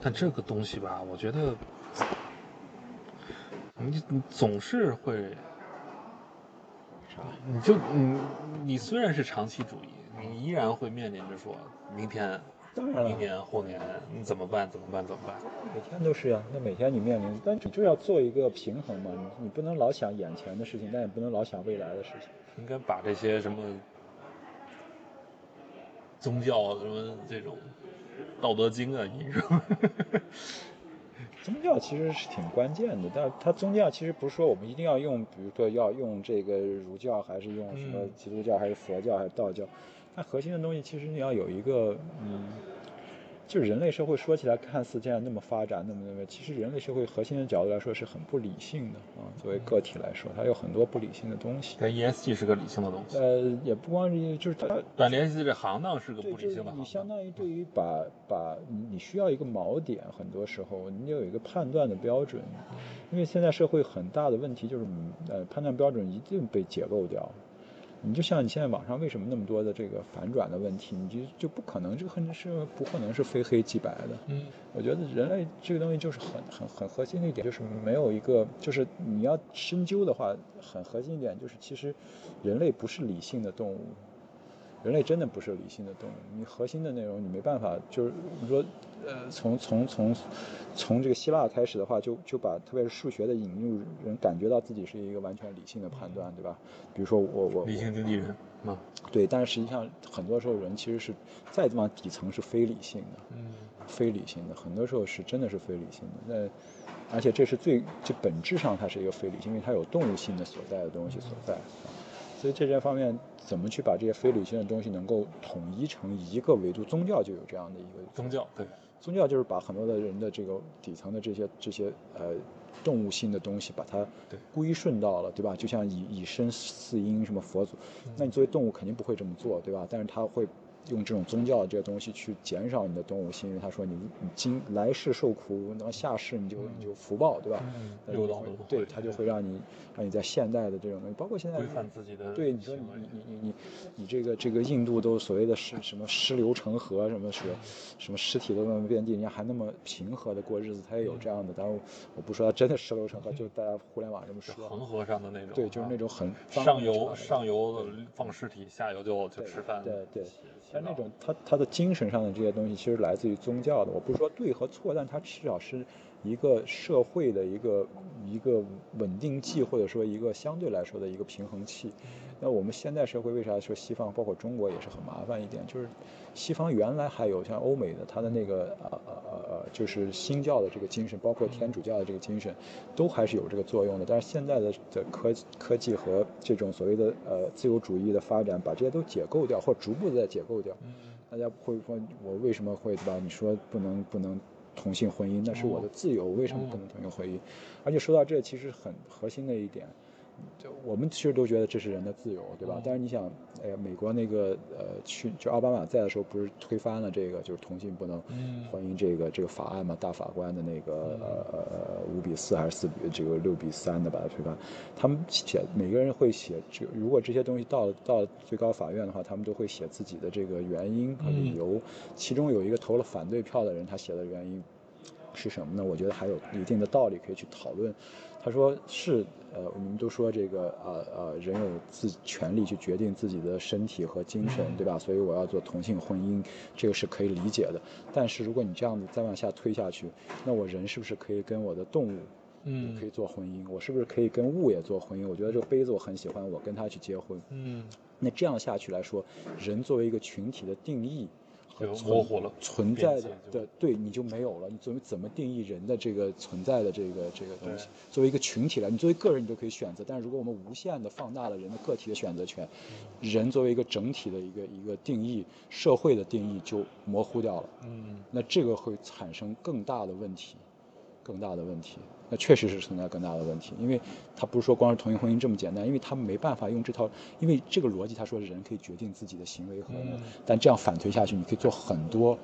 但这个东西吧，我觉得你你总是会啥？你就你你虽然是长期主义，你依然会面临着说明天、当然明了，年、后年嗯你怎么办？怎么办？怎么办？每天都是呀、啊那每天你面临，但你就要做一个平衡嘛，你你不能老想眼前的事情，但也不能老想未来的事情。应该把这些什么宗教什么这种《道德经》啊引入。 宗教其实是挺关键的，但它宗教其实不是说我们一定要用，比如说要用这个儒教，还是用什么嗯基督教，还是佛教，还是道教。它核心的东西其实你要有一个，嗯，就是人类社会说起来看似这样那么发展，那么那么，其实人类社会核心的角度来说是很不理性的啊。作为个体来说，它有很多不理性的东西。但 ESG 是个理性的东西，呃，也不光是就是它但联系这行当是个对，不就理是性的嗯你行相当。当于对于把把你你需要一个锚点，很多时候你有一个判断的标准，因为现在社会很大的问题就是呃判断标准一定被解构掉了。你就像你现在网上为什么那么多的这个反转的问题，你就就不可能这个很是不可能是非黑即白的。嗯，我觉得人类这个东西就是很很很核心的一点，就是没有一个，就是你要深究的话，很核心一点就是，其实人类不是理性的动物，人类真的不是理性的动物。你核心的内容你没办法，就是你说，呃，从从从从这个希腊开始的话，就就把特别是数学的引入，人感觉到自己是一个完全理性的判断，对吧？比如说我我我理性经纪人啊，对，但是实际上很多时候人其实是再往底层是非理性的。嗯，非理性的，很多时候是真的是非理性的。那而且这是最这本质上它是一个非理性，因为它有动物性的所在的东西所在。啊所以这些方面怎么去把这些非理性的东西能够统一成一个维度？宗教就有这样的一个宗教对，宗教就是把很多的人的这个底层的这些这些呃动物性的东西，把它对归顺到了，对吧？就像以以身饲鹰什么佛祖，嗯那你作为动物肯定不会这么做，对吧？但是他会用这种宗教的这些东西去减少你的动物性，因为他说你你今来世受苦，那么下世你就你就福报，对吧？嗯那你六道会轮回对，他就会让你让你在现代的这种东西，包括现在规范自己的对，你说你行为你你你你这个这个印度都所谓的是什么尸流成河，什么水，什么尸体都那么遍地，人家还那么平和的过日子，他也有这样的。当然我我不说他真的尸流成河，就是大家互联网这么是说恒啊，河上的那种，啊对，就是那种很脏上的游场景上游放尸体，下游就就对吃饭，对对洗洗但那脑种他他的精神上的这些东西，其实来自于宗教的。我不是说对和错，但它至少是一个社会的一个一个稳定剂，或者说一个相对来说的一个平衡器。那我们现代社会为啥说西方，包括中国也是很麻烦一点，就是西方原来还有像欧美的它的那个呃呃呃呃，就是新教的这个精神，包括天主教的这个精神，都还是有这个作用的。但是现在的的科科技和这种所谓的呃自由主义的发展，把这些都解构掉，或逐步的解构掉。嗯大家会说，我为什么会对吧？你说不能不能同性婚姻，那是我的自由，为什么不能同性婚姻？而且说到这，其实很核心的一点，就我们其实都觉得这是人的自由，对吧？嗯但是你想，哎呀，美国那个呃，去就奥巴马在的时候，不是推翻了这个就是同性不能嗯婚姻这个这个法案嘛？大法官的那个呃呃呃五比四还是四比这个六比三的把它推翻。他们写每个人会写这，如果这些东西到了到了最高法院的话，他们都会写自己的这个原因和理嗯由。其中有一个投了反对票的人，他写的原因是什么呢？我觉得还有一定的道理可以去讨论。他说是，呃，我们都说这个，呃呃，人有自权利去决定自己的身体和精神，对吧？所以我要做同性婚姻，这个是可以理解的。但是如果你这样子再往下推下去，那我人是不是可以跟我的动物也可以嗯做婚姻？我是不是可以跟物也做婚姻？我觉得这个杯子我很喜欢，我跟它去结婚。嗯，那这样下去来说，人作为一个群体的定义和就存模糊了存边在界的就的对你就没有了。你怎么怎么定义人的这个存在的这个这个东西对？作为一个群体来，你作为个人你都可以选择，但是如果我们无限的放大了人的个体的选择权，嗯人作为一个整体的一个一个定义，社会的定义就模糊掉了。嗯那这个会产生更大的问题，更大的问题。那确实是存在更大的问题，因为它不是说光是同性婚姻这么简单，因为他们没办法用这套，因为这个逻辑他说人可以决定自己的行为和，嗯但这样反推下去，你可以做很多。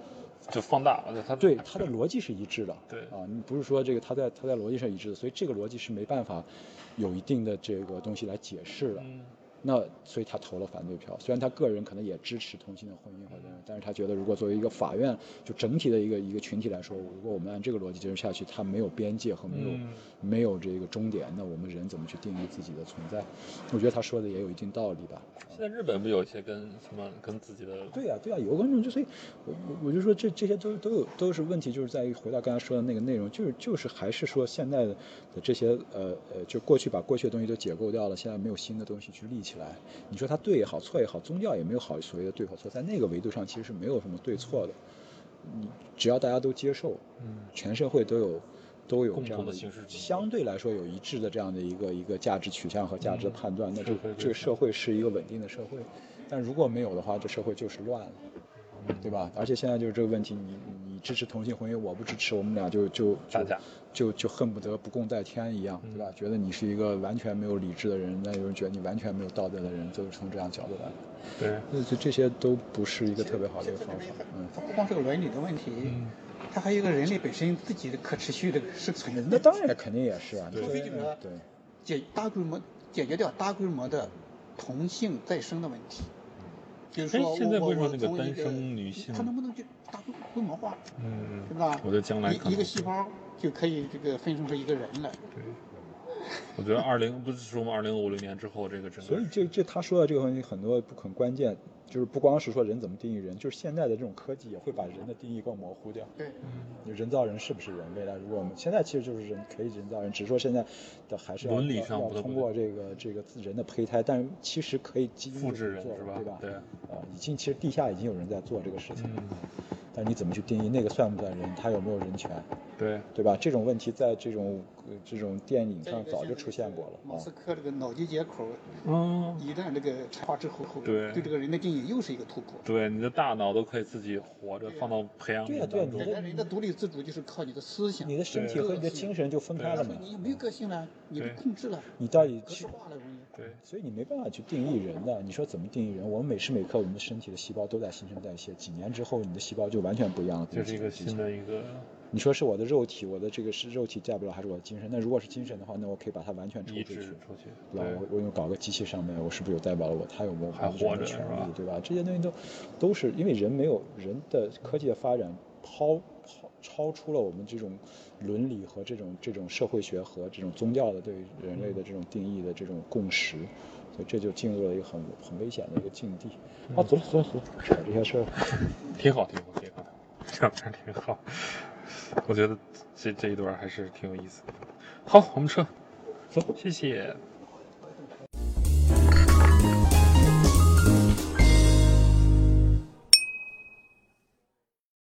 就放大了，就它对，它的逻辑是一致的。对啊，你不是说这个它在它在逻辑上一致的，所以这个逻辑是没办法有一定的这个东西来解释的。嗯那所以他投了反对票，虽然他个人可能也支持同性的婚姻或者，但是他觉得如果作为一个法院，就整体的一个一个群体来说，如果我们按这个逻辑接着下去，它没有边界和没有、嗯没有这个终点，那我们人怎么去定义自己的存在？我觉得他说的也有一定道理吧。现在日本不有一些跟什么跟自己的对呀、对呀、有观众就所以，我我我就说这这些都都有都是问题，就是在于回到刚才说的那个内容，就是就是还是说现在的这些呃呃，就过去把过去的东西都解构掉了，现在没有新的东西去立起来。你说它对也好，错也好，宗教也没有好所谓的对和错，在那个维度上其实是没有什么对错的。你只要大家都接受，嗯全社会都有都有共这样同的的形式主义相对来说有一致的这样的一个一个价值取向和价值的嗯判断，那这社会个规这范个社会是一个稳定的社会。但如果没有的话，这社会就是乱了，嗯对吧？而且现在就是这个问题，你你你支持同性婚姻，我不支持，我们俩就就打就架就就恨不得不共戴天嗯一样，对吧？觉得你是一个完全没有理智的人，那有人觉得你完全没有道德的人，都是从这样角度来的。对那就这些都不是一个特别好的一个这方里法面，嗯。它不光是个伦理的问题，嗯它还有一个人类本身自己的可持续的生存那的当然肯定也是啊，你除非这就是说对。解大规模解决掉大规模的同性再生的问题。比如哎说，现在我为什么我那个从一单生女性它能不能就大规规模化，嗯对吧？我觉得将来可一一能个细胞就可以这个分成是一个人了。对，我觉得二零不是说我们二零五零年之后这个整个所以这这他说的这个东西很多不很关键，就是不光是说人怎么定义人，就是现在的这种科技也会把人的定义更模糊掉。对，嗯你人造人是不是人？未来如果我们现在其实就是人可以人造人，只是说现在的还是要伦理要上要不得通不过这个这个人的胚胎，但其实可以基因复制制人是吧对吧？对呃，已经其实地下已经有人在做这个事情，嗯但你怎么去定义那个算不算人？他有没有人权？对对吧？这种问题在这种、呃、这种电影再一上个早像就这出个现过了莫啊斯。科这个脑机接口嗯一旦这个产化之后，对对这个人的定义又是一个突破。对你的大脑都可以自己活着对呀放到培养对呀啊皿对当呀你中本来人的独立自主就是靠你的思想，你的身体对和你的精神就分对开了所嘛以。你也没有个性了，你被对控制了，你到底格去式化了容易。对所以你没办法去定义人的。你说怎么定义人？我们每时每刻我们的身体的细胞都在新陈代谢，几年之后你的细胞就完全不一样了。这是一个跟几新年之前。的一个你说是我的肉体，我的这个是肉体代表了还是我的精神？那如果是精神的话，那我可以把它完全抽移出植去。出去，对吧？我我用搞个机器上面，我是不是有代表了我？它有没有还完全活的着权是吧利，对吧？这些东西都都是因为人没有人的科技的发展抛抛超出了我们这种伦理和这种这种社会学和这种宗教的对人类的这种定义的这种共识，所以这就进入了一个很很危险的一个境地。啊，嗯走了走了走了，扯这些事儿。挺好，挺好，挺好，这样挺好。我觉得这这一段还是挺有意思的。好，我们撤，走，谢谢。